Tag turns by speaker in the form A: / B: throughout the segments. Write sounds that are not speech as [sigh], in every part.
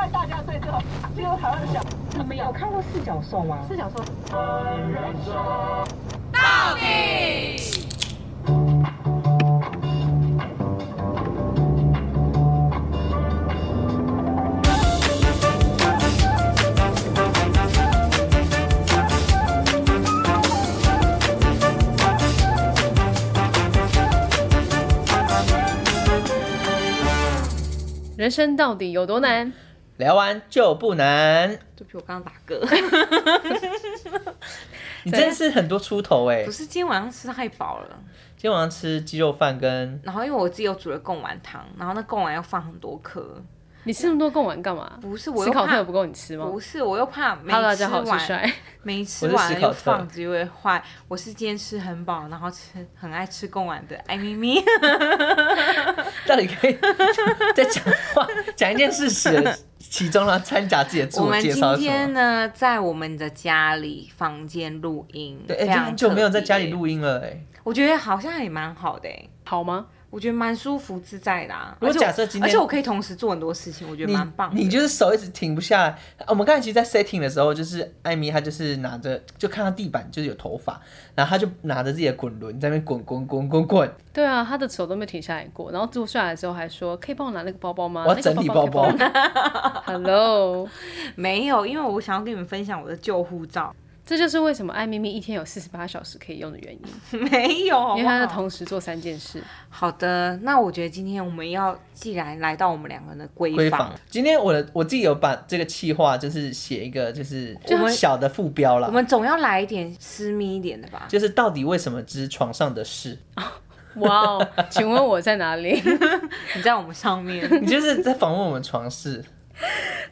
A: 最后最后台湾的小
B: 你们有看过四角兽吗？
A: 四角兽。
C: 人生到底有多难？
D: 聊完就不难。
A: 对不起，我刚刚打嗝。
D: 你真的是很多出头哎、
A: [laughs] 不是，今天晚上吃太饱了，
D: 今天晚上吃鸡肉饭跟
A: 然后因为我自己有煮了贡丸汤，然后那贡丸要放很多颗。
C: 你吃那么多贡丸干嘛？
A: 不是，我
C: 史
A: 又
C: 考特
A: 怕
C: 有不够你吃吗
A: 不是，我又怕没
C: ？Hello，大
A: 吃
C: 家好，我是
A: 完，
C: 帅。
A: 没吃
D: 我是史
A: 完
D: 考
A: 又
D: 特
A: 放着就会坏。我是今天吃很饱，然后吃很爱吃贡丸的爱咪咪。
D: 到底可以在讲话讲一件事实的其中，然后掺杂自己的 [laughs] 自
A: 我
D: 我
A: 们
D: 介
A: 今
D: 绍是什
A: 天
D: 么？
A: 呢，在我们的家里房间录音，
D: 对，哎、
A: 非
D: 就
A: 常
D: 很久没有在家里
A: 特别，
D: 录音了哎、
A: 我觉得好像也蛮好的、欸，
C: 好吗？
A: 我觉得蛮舒服自在的、啊。
D: 如果
A: 而且我
D: 假设今天
A: 而且我可以同时做很多事情，我觉得
D: 你
A: 蛮棒的
D: 你就是手一直停不下来。啊我们刚才其实，在 setting 的时候，就是艾米她就是拿着，就看到地板就是有头发，然后她就拿着自己的滚轮在那边滚滚滚滚滚，
C: 对啊，他的手都没有停下来过。然后坐下来之后还说：“可以帮我拿那个包
A: 哦
C: 包吗？”
D: 我要整理包包。
C: 包。Hello，
A: 没有，因为我想要跟你们分享我的旧护照，
C: 这就是为什么艾咪咪一天有四十八小时可以用的原因， [laughs]
A: 没有，好啊
C: 因
A: 不
C: 为她在
A: 好
C: 同时做三件事。
A: 好的，那我觉得今天我们要既然来到我们两个人的闺
D: 闺
A: 房
D: 房。，今天我的我自己有把这个气话，就是写一个就是
A: 就很
D: 小的副标
A: 我
D: 啦，
A: 们总要来一点私密一点
D: [laughs]
A: 的吧？
D: 就是到底为什么之床上的
A: [laughs]
D: 事，
C: 哇哦，请问我在哪里？ [laughs]
A: 你在我们
D: [laughs]
A: 上面，
D: 你就是在访问我们床事。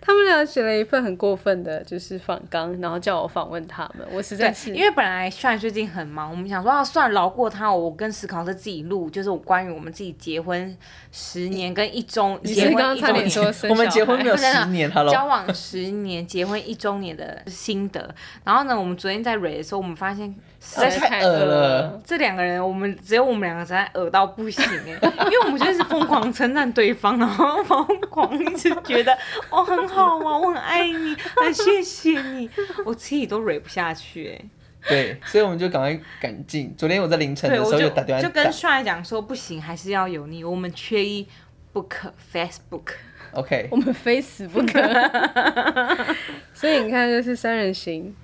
C: 他们俩写了一份很过分的，就是访纲，然后叫我访问他们。我实在
A: 对，
C: 是
A: 因为本来虽然最近很忙，我们想说啊，算了，饶过他，我跟思考特自己录，就是我关于我们自己结婚十年跟一周，
C: 你
A: 结
C: 是
A: 婚
C: 刚刚
A: 一
C: 差
A: 周
C: 点
A: 年
C: 说生
D: [laughs] 我们
C: 小
D: 结婚
C: 孩
D: 没有十
A: [laughs]
D: 年，Hello，
A: 交往十年、结婚一周年的心得。然后呢，我们昨天在蕊的时候，我们发现实在
C: 实
A: 是
C: 在
D: 太恶
C: 恶
D: 了
A: 这两个人，我们只有我们两个在恶到不行哎， [laughs] 因为我们就是疯狂称赞对方，然后疯狂一直觉得哦很好啊，我很爱你， [laughs] 很谢谢你，我自己都蕊不下去哎。
D: 对，所以我们就赶快赶进。昨天我在凌晨的
A: 对，
D: 时
A: 我
D: 候
A: 就
D: 打电话
A: 就
D: 打
A: 跟帅讲说不行，还是要有你，我们缺一不可，Facebook。
D: OK，
C: 我们非死不 [laughs] 可。所以你看，就是三人行。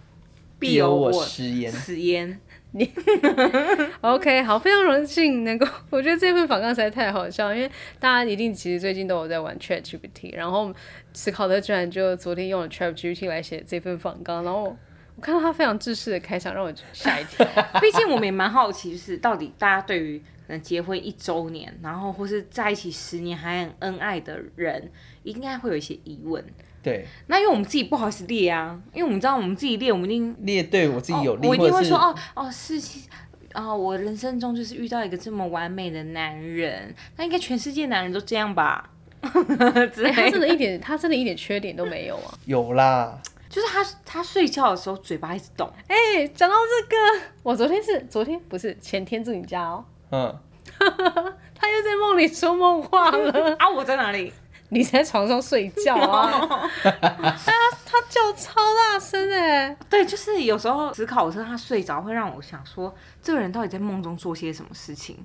D: 必有我师焉
A: 此焉。
D: [laughs]
C: OK，好，非常荣幸能够， [laughs] 我觉得这份访纲实在太好笑，因为大家一定其实最近都有在玩 Chat GPT，然后史考特居然就昨天用了 Chat GPT 来写这份访纲，然后我我看到他非常自私的开场，让我吓一跳。
A: 毕竟我们也蛮好奇，就是到底大家对于可能结婚一周年，然后或是在一起十年还很恩爱的人，应该会有一些疑问。
D: 对，
A: 那因为我们自己不好意思列啊，因为我们知道我们自己列，我们一定
D: 列对我自己有利，
A: 我一定
D: 或
A: 会
D: 者是
A: 说哦哦是。哦，我人生中就是遇到一个这么完美的男人，那应该全世界男人都这样吧？ [laughs] 之
C: 哎、他
A: 类
C: 真
A: 的，
C: 的一点，他真的一点缺点都没有啊！
D: 有啦，
A: 就是他他睡觉的时候嘴巴一直动，
C: [laughs] 哎、讲到这个，我昨天是昨天不是前天住你家哦，
D: 嗯，
C: 他又在梦里说梦话了，
A: [laughs] 啊，我在哪里？
C: 你在床上睡觉
A: [laughs]
C: 啊？
A: 哦
C: 他他叫超大声哎、？
A: 对，就是有时候思考车他睡着会让我想说，这个人到底在梦中做些什么事情？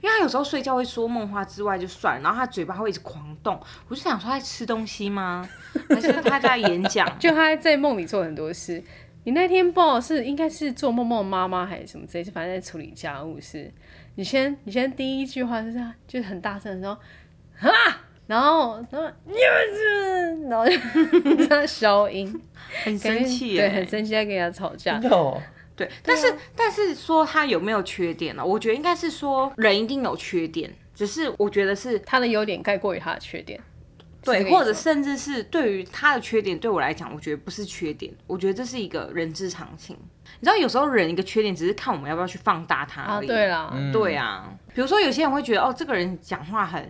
A: 因为他有时候睡觉会说梦话之外就算了，然后他嘴巴会一直狂动，我就想说他在吃东西吗？还是他在演讲
C: 就他在梦里做很多事。你那天报是应该是做梦梦的妈妈还是什么之类，反正在处理家务事。你先，你先第一句话就是他就是很大声的说啊，然后然后你们是，然后就他消音，
A: 很
C: 感
A: 生
C: 觉
A: 气
C: 对，
A: 耶，
C: 很啊生气，在跟人家吵架
D: 真。的哦，
A: 对，啊但是、但是说他有没有缺点呢？我觉得应该是说人一定有缺点，只是我觉得是
C: 他的优点盖过于他的缺点，这
A: 对，
C: 个意思
A: 或者
C: 吗
A: 甚至是对于他的缺点，对我来讲，我觉得不是缺点，我觉得这是一个人之常情。你知道，有时候人一个缺点，只是看我们要不要去放大它
C: 啊，
A: 而已。
C: 对啦，
D: 嗯
A: 对啊，比如说有些人会觉得，哦，这个人讲话很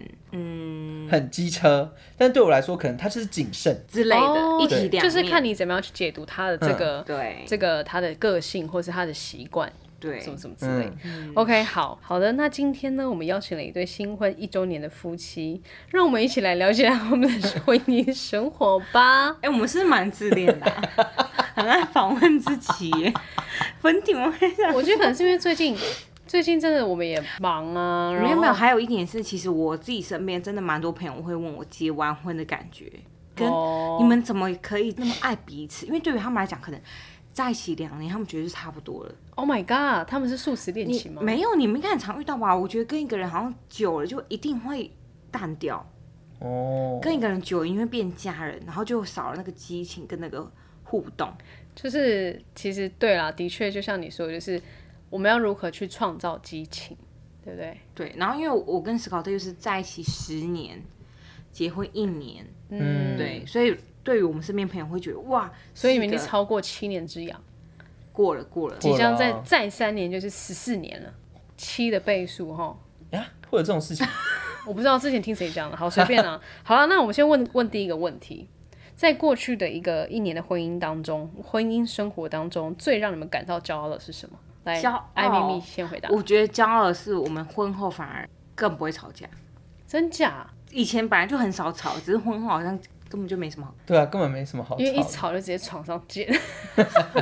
A: 嗯
D: 很机车，但对我来说，可能他就是谨慎，
A: 之类的，
C: 哦
A: 一体两面嗯
C: 就是看你怎么样去解读他的这个、
A: 对
C: 这个他的个性或是他的习惯。
A: 对
C: 什么什么之类
D: 嗯。，
C: OK，好好的，那今天呢，我们邀请了一对新婚一周年的夫妻，让我们一起来了解他们的婚姻生活
A: [laughs]
C: 吧。
A: 哎、我们是蛮自恋的啊、
C: [laughs]
A: [laughs] 很爱访问自己耶。 [laughs] 粉底我跟你讲，
C: 我觉得可能是因为最近，最近真的我们也忙啊，然
A: 没有
C: 后
A: 没有，还有一点是，其实我自己身边真的蛮多朋友会问我结完婚的感觉，跟
C: 哦
A: 你们怎么可以那么爱彼此？因为对于他们来讲，可能在一起两年，他们觉得是差不多了。
C: Oh my God，他们是素食恋
A: 你
C: 情吗？
A: 没有，你们应该很常遇到吧？我觉得跟一个人好像久了就一定会淡掉，
D: 哦，
A: 跟一个人久了因为变家人，然后就少了那个激情跟那个互动。
C: 就是其实对啦，的确就像你说的，就是我们要如何去创造激情，对不对？
A: 对，然后因为我跟史考特又是在一起十年，结婚一年，
D: 嗯，
A: 对，，所以对于我们身边朋友会觉得哇，
C: 所以你
A: 是
C: 们已经
A: 个
C: 超过七年之痒，
A: 过了过了，
D: 过
C: 即
D: 了
C: 将再
D: 啊
C: 再三年就是十四年了，七的倍数哈。
D: 呀，会有这种事
A: [laughs]
D: 情，
C: 我不知道之前听谁讲的，好随便啊。好了，那我们先问问第一个问题，在过去的一个一年的婚姻当中，婚姻生活当中最让你们感到骄傲的是什么？来
A: 骄傲，
C: 艾咪咪先回答。
A: 我觉得骄傲的是我们婚后反而更不会吵架，
C: 真假？
A: 以前本来就很少吵，只是婚后好像根本就没什么
D: 对啊，根本没什么好
C: 因为一
D: 吵的。
C: 吵就直接床上见。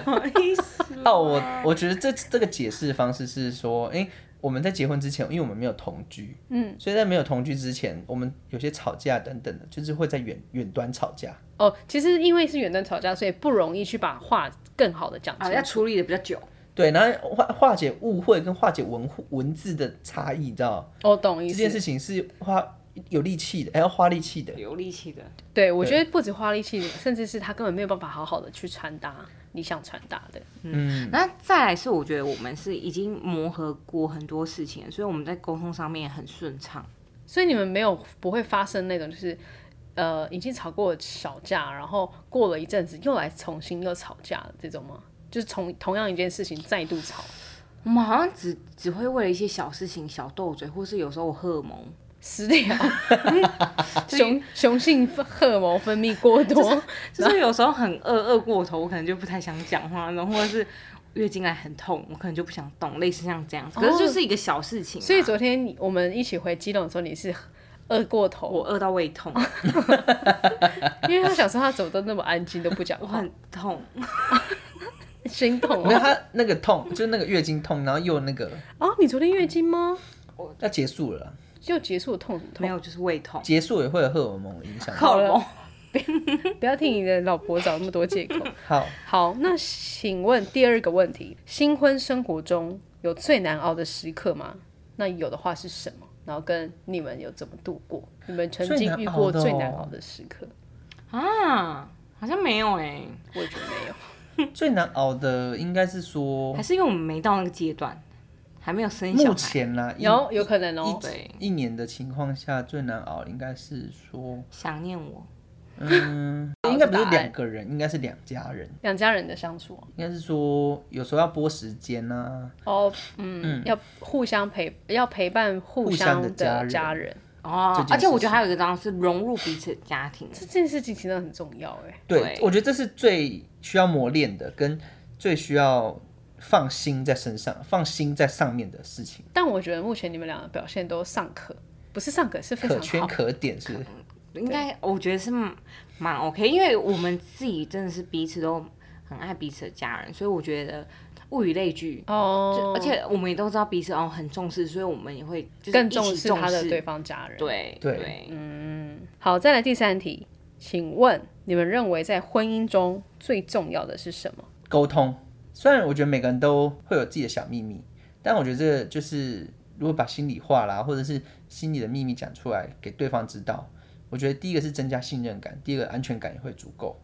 A: 好意 [laughs] 思。
D: 哦，我我觉得这这个解释方式是说，哎、我们在结婚之前，因为我们没有同居，嗯，所以在没有同居之前，我们有些吵架等等的，就是会在远远端吵架。
C: 哦，其实因为是远端吵架，所以不容易去把话更好的讲
A: 啊，
C: 清
A: 要
C: 楚。
A: 处理的比较久，
D: 对，然后化化解误会跟化解文户文字的差异，你知道吗
C: 我、哦懂意
D: 这件
C: 思。
D: 事情是花有力气的，还要花力气的。
A: 有力气的。
C: 对，我觉得不止花力气，甚至是他根本没有办法好好的去传达你想传达的。
D: 嗯
A: 那再来是，我觉得我们是已经磨合过很多事情了，所以我们在沟通上面很顺畅。
C: 所以你们没有不会发生那种就是，呃，已经吵过小架，然后过了一阵子又来重新又吵架的这种吗？就是从同样一件事情再度吵，
A: 我们好像只只会为了一些小事情、小斗嘴，或是有时候我荷尔 [laughs] 蒙
C: 失掉，雄雄性荷尔蒙分泌过多，
A: [laughs] 就是有时候很饿，饿过头，我可能就不太想讲话，然后或者是月经来很痛，我可能就不想动，类似像这样子。可是就是一个小事情啊、
C: 所以昨天你我们一起回基隆的时候，你是饿过
A: 我
C: 头，
A: 饿到胃痛，
C: 因为他小时候他走都那么安静，都不讲
A: 我
C: 话，
A: 很痛，
C: 心痛
D: 没有，
C: 哦。
D: 他那个痛就是那个月经痛，然后又那个
C: 哦，你昨天月经吗？
D: 要结束了啦，
C: 就结束了痛什么
A: 没
C: 痛？
A: 有就是胃痛，
D: 结束也会有荷尔蒙的影响。
A: 荷尔蒙。
C: 不要听你的老婆找那么多借口。
D: 好，
C: 好，那请问第二个问题，新婚生活中有最难熬的时刻吗？那有的话是什么？然后跟你们有怎么度过？你们曾经遇过最
D: 最
C: 难
D: 难
C: 熬
D: 熬
C: 的时刻？
A: 啊，好像没有哎、
C: 我觉得没有。
D: 最难熬的应该是说
A: 还是因为我们没到那个阶段，还没有生小
D: 目
A: 孩，
D: 前啦，一
C: 有有可能哦、
A: 对，
D: 一年的情况下最难熬应该是说，
A: 想念我。
D: 嗯，应该不是两个人，应该是两家人，
C: 两家人的相处哦
D: 应该是说有时候要拨时间啊，
C: 哦，嗯，要互相陪，要陪伴互相
D: 互相的
C: 的
D: 家人
C: 家人，
A: 哦
D: 这件事，情
A: 而且我觉得还有一个当然是融入彼此的家庭，
C: 这件事情真的很重要哎。
D: 对
A: 对，
D: 我觉得这是最需要磨练的，跟最需要放心在身上、放心在上面的事情，
C: 但我觉得目前你们俩的表现都尚可，不是尚可，是非
D: 可
C: 常
D: 圈
C: 好。
D: 可点是不是
A: 应该我觉得是蛮蛮 OK，因为我们自己真的是彼此都很爱彼此的家人，所以我觉得物以类聚。
C: 哦，
A: 而且我们也都知道彼此哦很重视，所以我们也会就是
C: 更
A: 一起重
C: 视他的对方家人。
A: 对
D: 对
C: 好，再来第三题，请问你们认为在婚姻中最重要的是什么？
D: 沟通。虽然我觉得每个人都会有自己的小秘密，但我觉得这个就是如果把心里话啦，或者是心里的秘密讲出来给对方知道，我觉得第一个是增加信任感，第二个安全感也会足够。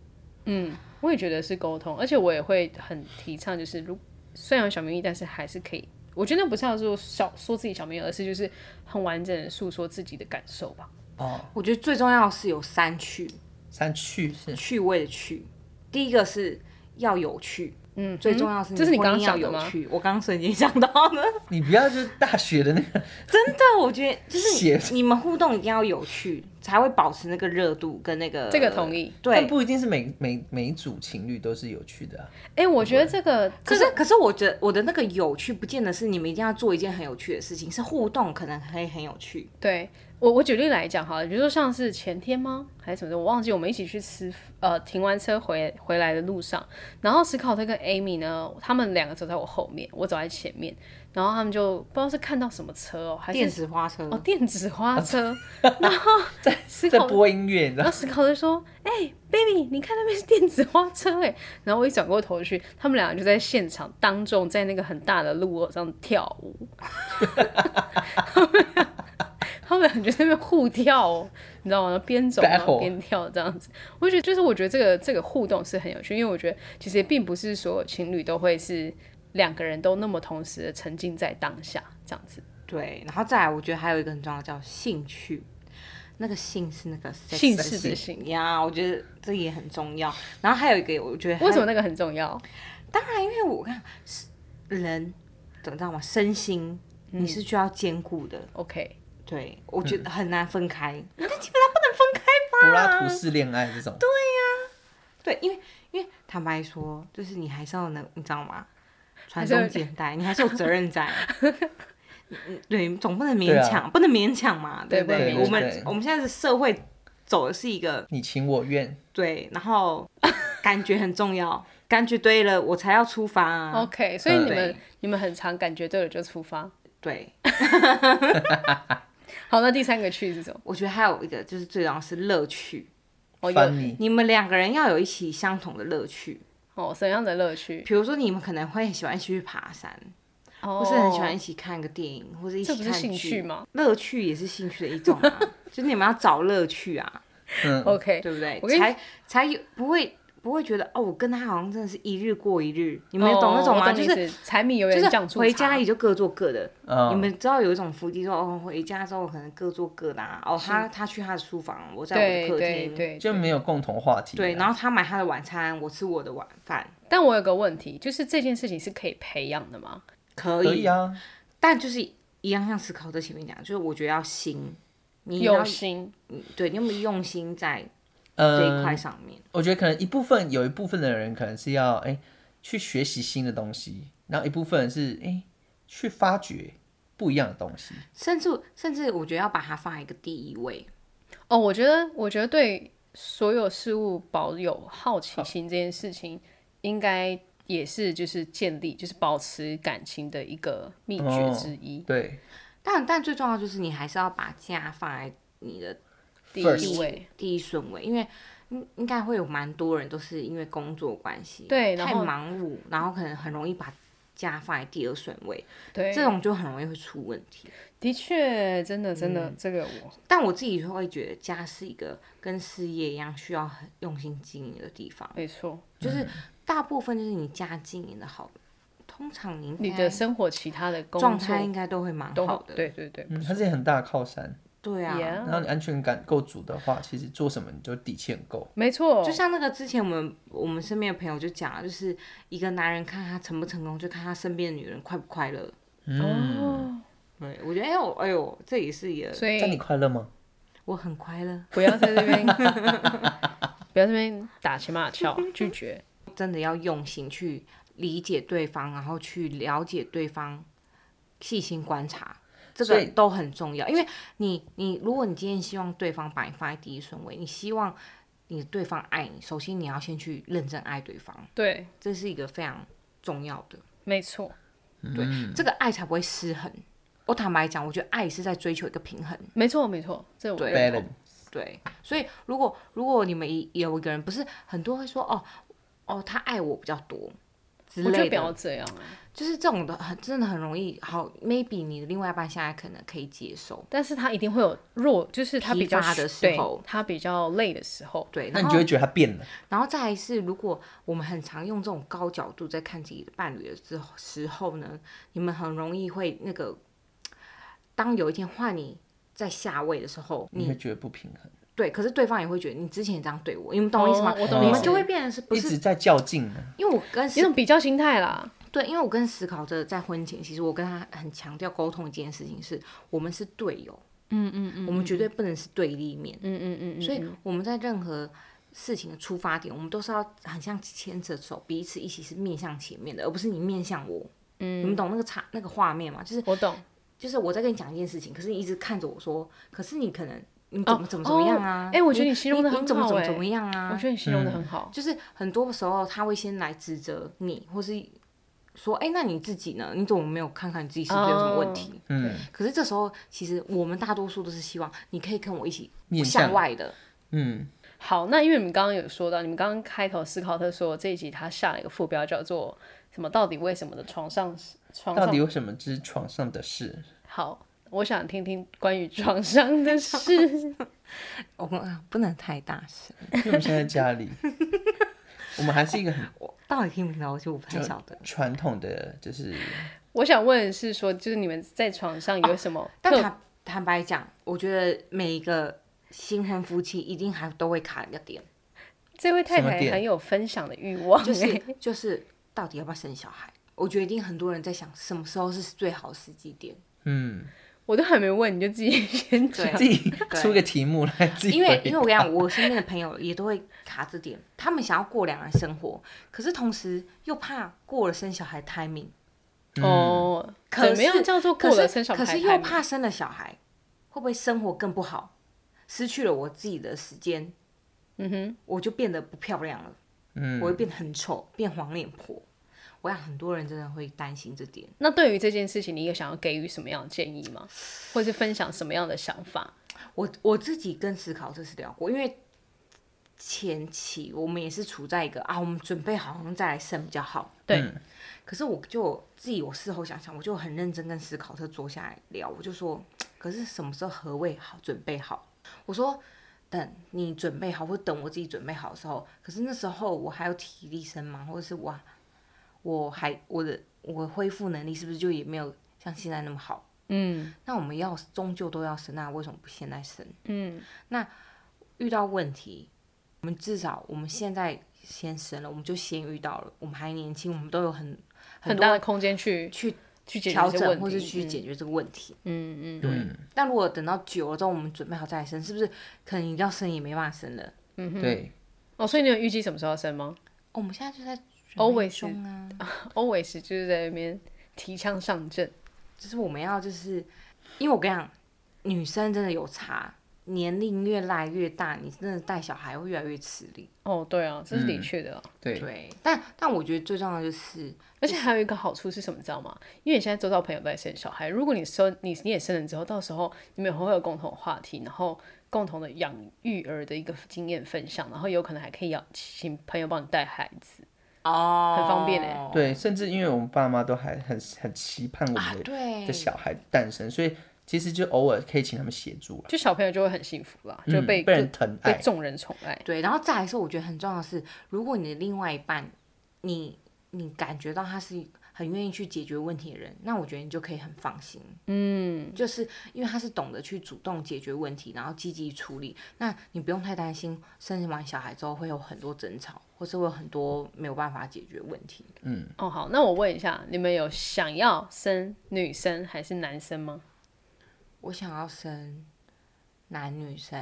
C: 我也觉得是沟通，而且我也会很提倡，就是如虽然有小秘密，但是还是可以。我觉得不是要说小说自己小秘密，而是就是很完整的诉说自己的感受吧。
A: 我觉得最重要的是有三趣，
D: 三去是
A: 趣味的趣。第一个是要有趣，嗯，最重要的是
C: 这是你
A: 婚姻
C: 刚刚
A: 要
C: 讲的
A: 有
C: 吗
A: 趣。我刚刚瞬间想到 [laughs] 的，
D: 你不要就是大学的那个
A: 真的，我觉得就
D: 写
A: 是你们互动一定要有趣，才会保持那个热度跟那个
C: 这个同意。
D: 但
A: 对。
D: 不一定是每每每一组情侣都是有趣的啊。
C: 哎、我觉得这个
A: 可
C: 这
A: 是
C: 个，
A: 可是我觉得我的那个有趣，不见得是你们一定要做一件很有趣的事情，是互动可能可以很有趣。
C: 对我我举例来讲好了，比如说像是前天吗，还是什么的，我忘记我们一起去吃，呃，停完车回回来的路上，然后史考特跟 Amy 呢，他们两个走在我后面，我走在前面，然后他们就不知道是看到什么车哦，还
A: 电
C: 是
A: 子花车，
C: 哦电子花车，然后在史
D: 在
C: 考
D: 播音乐，你知道
A: 啊
C: 然后？史考特说：“哎、b a b y 你看那边是电子花车哎。”然后我一转过头去，他们两个就在现场当众在那个很大的路口上跳舞， [laughs] 他们俩就在那边互跳哦，你知道吗？边走
D: Battle
C: 然后边跳这样子。我觉得就是我觉得这个这个互动是很有趣，因为我觉得其实并不是所有情侣都会是两个人都那么同时的沉浸在当下这样子。
A: 对，然后再来，我觉得还有一个很重要的叫兴趣，那个兴是那个 sex
C: 姓
A: 的
C: 氏的姓，
A: 呀，我觉得这也很重要。然后还有一个，我觉得
C: 为什
A: 还
C: 么那个很重要？
A: 当然，因为我看是人，怎么知道吗？身心你是需要兼顾的，
C: OK，
A: 对我觉得很难分开。
D: 柏拉图式恋爱这种，
A: 对，因为因为坦白说，就是你还是要能，你知道吗？传
C: 是
A: 宗
C: 有
A: 接代，你还是有责任 [laughs] 在。嗯对，总不能勉
D: 对啊
A: 强，不能勉强嘛，对不
C: 对
A: 对？
C: 不能
A: 我
D: 勉
A: 们
D: 强
A: 我们现在的社会走的是一个
D: 你情我愿，
A: 对，然后感觉很重要，感觉对了，我才要出发啊。
C: OK，所以你们
A: 对
C: 你们很常感觉对了就出发。
A: 对，
C: 好，那第三个趣是什么？
A: 我觉得还有一个就是最重要的是乐趣，
C: 哦，有
D: 翻你
A: 你们两个人要有一起相同的乐趣。
C: 哦，什么样的乐趣？
A: 比如说，你们可能会很喜欢一起去爬山，
C: 哦，
A: 或是很喜欢一起看个电影，或者一
C: 这
A: 起
C: 不是
A: 看
C: 兴趣
A: 剧。
C: 吗
A: 乐趣也是兴趣的一种
C: [laughs]
A: 啊，就是你们要找乐趣啊，
D: 嗯，
C: ？OK，
A: 对不对
C: 哎我跟？你
A: 才才有不会不会觉得哦，我跟他好像真的是一日过一日，你们懂那种吗？
C: 哦我懂
A: 就
C: 你
A: 是
C: 意思柴米油盐酱醋
A: 就是
C: 茶
A: 回家也就各做各的。
D: 嗯
A: 你们知道有一种夫妻说哦，回家之后可能各做各的啊，哦，他他去他的书房，我在我的
C: 对
A: 客
C: 对
A: 厅，
C: 对，
D: 嗯就没有共同话题啊。
A: 对然后他买他的晚餐，我吃我的晚饭，
C: 但我有个问题，就是这件事情是可以培养的吗？
A: 可以
D: 可以啊，
A: 但就是一样像思考在前面讲，就是我觉得要心，你要
C: 有心
A: 对，你有没有用心在这一块
D: 嗯，
A: 上面？
D: 我觉得可能一部分有一部分的人可能是要哎、去学习新的东西，然后一部分人是哎、去发掘不一样的东西。
A: 甚至甚至我觉得要把它放在一个第一位。
C: 哦，我觉得我觉得对所有事物保有好奇心这件事情，应该也是就是建立就是保持感情的一个秘诀
D: 哦
C: 之一。
D: 对，
A: 但但最重要就是你还是要把家放在你的
C: 第
D: 嗯 First
C: 一位，
A: 第一顺位，因为应应该会有蛮多人都是因为工作关系，
C: 对然
A: 太
C: 后
A: 忙碌，然后可能很容易把家放在第二顺位，
C: 对，
A: 这种就很容易会出问题。
C: 的确，真的，真
A: 嗯
C: 的，这个我
A: 但我自己会觉得家是一个跟事业一样需要很用心经营的地方，
C: 没错。
A: 就是大部分就是你家经营的好，通常你应
C: 你
A: 该
C: 的生活其他的工
A: 状
C: 作
A: 态应该都会蛮
C: 都
A: 好的，
C: 对对对，
D: 嗯，它是一个很大的靠山。
A: 对啊。
D: 然后你安全感够足的话，其实做什么你就底气很够。
C: 没错，
A: 就像那个之前我们我们身边的朋友就讲了，就是一个男人看他成不成功，就看他身边的女人快不快乐。
C: 哦，
A: 对，我觉得哎呦哎呦，这也是也
C: 所
D: 那你
C: 以
D: 快乐吗？
A: 我很快乐，
C: 不要在这边，
A: [laughs]
C: 不要在这边打情骂俏，拒绝。
A: 真的要用心去理解对方，然后去了解对方，细心观察。这
D: 所
A: 个
D: 以
A: 都很重要，因为你你如果你今天希望对方把你放在第一顺位，你希望你对方爱你，首先你要先去认真爱对方，
C: 对，
A: 这是一个非常重要的。
C: 没错，
A: 对，
D: 嗯
C: 嗯
A: 这个爱才不会失衡。我坦白讲，我觉得爱是在追求一个平衡。
C: 没错，没错，这我
A: 对
C: 认同
D: Balance
A: 对，所以如果如果你们一有一个人不是很多会说哦哦，他爱我比较多之
C: 我觉
A: 类
C: 得不要
A: 的，
C: 这样啊。
A: 就是这种的很真的很容易好。Maybe 你的另外一半现在可能可以接受，
C: 但是他一定会有弱，就是他
A: 疲
C: 比较
A: 乏
C: 虚
A: 的时
C: 对
A: 候
C: 他比较累的时候，
A: 对，
D: 那
A: 然
D: 你
A: 后
D: 就会觉得他变了。
A: 然后再来是，如果我们很常用这种高角度在看自己的伴侣的时候时候呢，你们很容易会那个，当有一天换你在下位的时候，
D: 你会觉得不平衡，
A: 对，可是对方也会觉得你之前也这样对我，你们懂我意思吗？
C: 哦我懂
A: 你
D: 意
A: 们
D: 思
A: 就会变成是不
D: 一直
A: 是？
D: 在较劲啊呢。
A: 因为我跟
C: 一
A: 思
C: 种比较心态啦。
A: 对，因为我跟思考着在婚前，其实我跟他很强调沟通一件事情是，我们是队友，
C: 嗯嗯嗯
A: 我们绝对不能是对立面。
C: 嗯嗯嗯嗯，
A: 所以
C: 嗯
A: 我们在任何事情的出发点，我们都是要很像牵着手，彼此一起是面向前面的，而不是你面向我。嗯，你们懂那个差那个画面吗？就是
C: 我懂。
A: 就是我在跟你讲一件事情，可是你一直看着我说，可是你可能你怎么、怎么怎么样啊
C: 哦？哎我觉得
A: 你
C: 你形容得
A: 你
C: 很
A: 你怎么
C: 好
A: 怎么
C: 哎
A: 怎么样啊？
C: 我觉得你形容的很好。
A: 就是很多时候他会先来指责你，或是说，哎、那你自己呢？你怎么没有看看你自己是不是有什么问题？
C: 哦
D: 嗯，
A: 可是这时候，其实我们大多数都是希望你可以跟我一起
D: 面
A: 向
D: 向
A: 外的，
D: 嗯，
C: 好，那因为你们刚刚有说到，你们刚刚开头思考特说这一集他下了一个副标叫做什么？到底为什么的床上床
D: 到底
C: 上
D: 有什么之床上的事？ [laughs]
C: 好？我想听听关于床上的事。
A: 我们啊不能太大声，
D: 因为我们现在在家
A: [laughs]
D: 里，我们还是一个很
A: 我到底听不听到，就我不太晓得。
D: 传统的，就是
C: [laughs]
A: [laughs]
C: 我想问的是说，就是你们在床上有什么
A: 哦但
C: 特、
A: 坦坦白讲，我觉得每一个新婚夫妻一定还都会卡一个 [laughs] 点，
C: 这位太
D: 什么
C: 太
D: 点
C: 很有分享的欲望、
A: 就
C: 欸
A: 是就是到底要不要生小孩？我觉得一定很多人在想，什么时候是最好的时机点？
D: 嗯，
C: 我都还没问，你就自
A: [laughs]
C: 己先讲
A: 对。
D: 自己出一个题目来自己
A: 因为
D: 回
A: 因为我跟你讲，我身边的朋友也都会卡这点，他们想要过两人生活，可是同时又怕过了生小孩 timing，
C: 哦，
A: 嗯可
C: 怎
A: 是
C: 么样叫做过了生小孩
A: 可是可是
C: 还
A: 又
C: 没
A: 怕生了小孩，会不会生活更不好？失去了我自己的时间，
C: 嗯哼，
A: 我就变得不漂亮了，
D: 嗯
A: 我会变得很丑，变黄脸婆。我想很多人真的会担心这点。
C: 那对于这件事情，你有想要给予什么样的建议吗？或是分享什么样的想法？
A: 我我自己跟思考这是聊过，因为前期我们也是处在一个啊，我们准备好，我们再来生比较好。
C: 对，
A: 可是我就自己，我事后想想，我就很认真跟思考特坐下来聊，我就说，可是什么时候何谓好准备好？我说，等你准备好，或等我自己准备好的时候，可是那时候我还有体力生吗？或者是我，我还我的我恢复能力是不是就也没有像现在那么好？
C: 嗯
A: 那我们要终究都要生，那为什么不现在生？
C: 嗯
A: 遇到问题，我们至少我们现在先生了，我们就先遇到了，我们还年轻，我们都有很
C: 很
A: 多
C: 大的空间去
A: 去
C: 去解决
A: 调
C: 这个问
A: 整
C: 题，
A: 或是去解决这个问题。
C: 嗯嗯嗯
D: 嗯，
A: 但如果等到久了之后，我们准备好再来生，是不是可能要生也没办法生了？哦
C: 嗯哼，
D: 对，
C: 哦，所以你有预计什么时候要生吗
A: 我们现在就在准备
C: Always
A: 中啊，
C: [laughs] ？Always 就是在那边提倡上阵，
A: 就是我们要就是，因为我跟你讲，女生真的有差，年龄越来越大，你真的带小孩会越来越吃力。
C: 哦，对啊，这是的
D: 嗯
C: 确的啊、
D: 对，
A: 对，但但我觉得最重要的就是，
C: 而且还有一个好处是什么，你知道吗？因为你现在周遭朋友都在生小孩，如果你生你你也生了之后，到时候你们也会有共同话题，然后共同的养育儿的一个经验分享，然后有可能还可以要请朋友帮你带孩子。
A: 哦
C: 很方便欸
D: 对，甚至因为我们爸妈都还很很期盼我
A: 啊
D: 们的、
A: 对
D: 的小孩诞生，所以其实就偶尔可以请他们协助了，
C: 就小朋友就会很幸福啦，就被、
D: 嗯、被人疼
C: 被
D: 爱，
C: 众人宠爱。
A: 对，然后再来说，我觉得很重要的是，如果你的另外一半，你你感觉到他是很愿意去解决问题的人，那我觉得你就可以很放心。嗯，就是因为他是懂得去主动解决问题，然后积极处理，那你不用太担心生完小孩之后会有很多争吵，或是会有很多没有办法解决问题。
C: 哦，好，那我问一下，你们有想要生女生还是男生吗？
A: 我想要生男女生，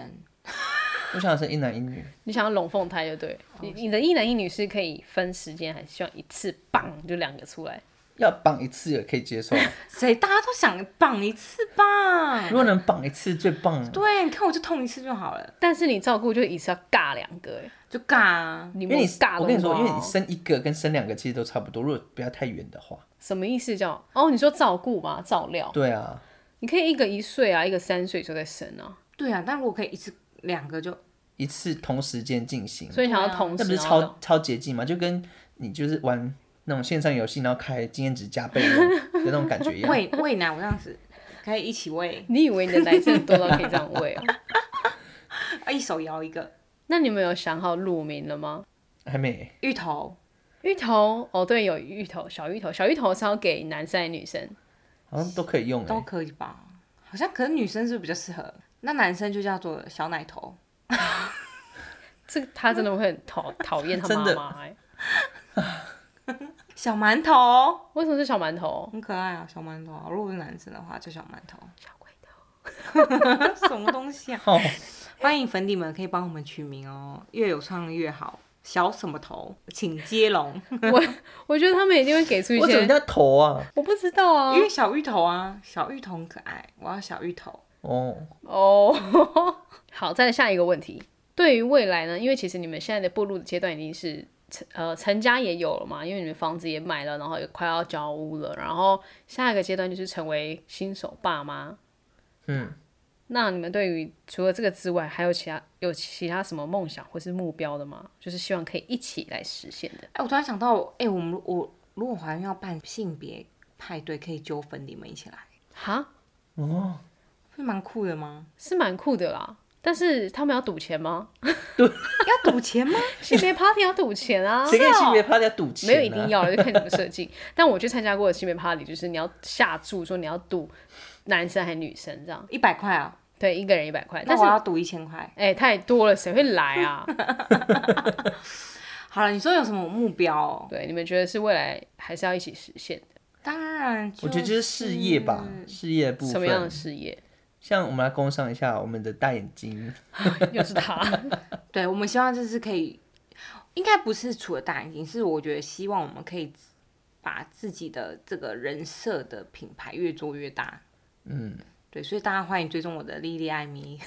D: 我想是一男一女，
C: 你想要龙凤胎就对了，
D: 哦
C: 你你的一男一女是可以分时间，还是希望一次棒就两个出来？
D: 要绑一次也可以接受，啊
C: [laughs]
A: 谁大家都想绑一次吧
D: 如？果能绑一次最棒了，
A: 对，你看我就痛一次就好了，
C: 但是你照顾就一次要尬两个哎，
A: 就尬啊。
C: 你
D: 因
C: 们
D: 为你
C: 尬
D: 我跟你说，
C: 龙
D: 因
C: 猫
D: 为你生一个跟生两个其实都差不多，如果不要太远的话，
C: 什么意思叫哦？你说照顾吗？照料，
D: 对啊，
C: 你可以一个一岁啊，一个三岁就在生啊，
A: 对啊，但如果可以一次两个就
D: 一次同时间进行，
C: 所以想要同时哦
D: 啊那不是
C: 然后
D: 超超捷径吗？就跟你就是玩那种线上游戏，然后开经验值加倍
C: [laughs]
D: 那种的那种感觉一样。
A: 喂喂奶，我这样子可以一起喂，
C: 你以为你的奶真的多到可以这样喂啊？ [laughs]
A: 啊，一手摇一个
C: 那你们有想好乳名了吗？
D: 还没，
A: 芋头，
C: 芋头哦，对，有芋头，小芋头，小芋头是要给男生还是女生？
D: 好像都可以用
A: 都
D: 哎。
A: 可以吧？好像可能女生是不是比较适合，那男生就叫做小奶头。
C: 这个他真的会很
D: [laughs]
C: 讨讨厌他妈
D: 真的
C: 妈哎。
A: 小馒头
C: 为什么是小馒头？
A: 很可爱啊，小馒头啊。如果是男生的话，就小馒头。 [laughs]
C: 小龟头。
A: 什么东西啊？ [laughs]
D: 哦，
A: 欢迎粉底们可以帮我们取名哦，越有创意越好。小什么头，请接龙，
C: 我觉得他们一定会给出一
D: 我怎么
C: 些，
D: 叫头啊？
C: 我不知道啊
A: 因，为小芋头啊，小芋头很可爱，我要小芋头。
D: 哦，
C: 哦， [laughs] 好，再来下一个问题。对于未来呢，因为其实你们现在的步入的阶段已经是成呃成家也有了嘛，因为你们房子也买了，然后也快要交屋了，然后下一个阶段就是成为新手爸妈。
D: 嗯，
C: 那你们对于除了这个之外，还有其他有其他什么梦想或是目标的吗？就是希望可以一起来实现的。
A: 哎、我突然想到，哎、我们我如果怀孕要办性别派对，可以揪粉底们一起来，
C: 哈，
D: 哦，
A: 会蛮酷的吗？
C: 是蛮酷的啦，但是他们要赌钱吗？
A: 要赌钱吗？
C: 性别 party 要赌钱
D: [laughs]
C: 啊，
D: 谁跟性别趴要赌钱、啊？
C: 没有一定。要了，就看你怎么设计。但我去参加过的性别 party，就是你要下注说你要赌男生还是女生这样，
A: 一百块啊，
C: 对，一个人一百块。但
A: 那
C: 是
A: 我要赌一千块。
C: 哎、太多了，谁会来啊？
A: 好了，你说有什么目标、哦？
C: 对，你们觉得是未来还是要一起实现的？
A: 当然、
D: 我觉得就是事业吧，事业部
C: 嗯什么样的
D: 分。
C: 事业？
D: 像我们来工商一下我们的大眼睛，
C: 又是他，
A: 对，我们希望这次可以，应该不是除了大眼睛，是我觉得希望我们可以把自己的这个人设的品牌越做越大。
D: 嗯，
A: 对，所以大家欢迎追踪我的莉莉艾米。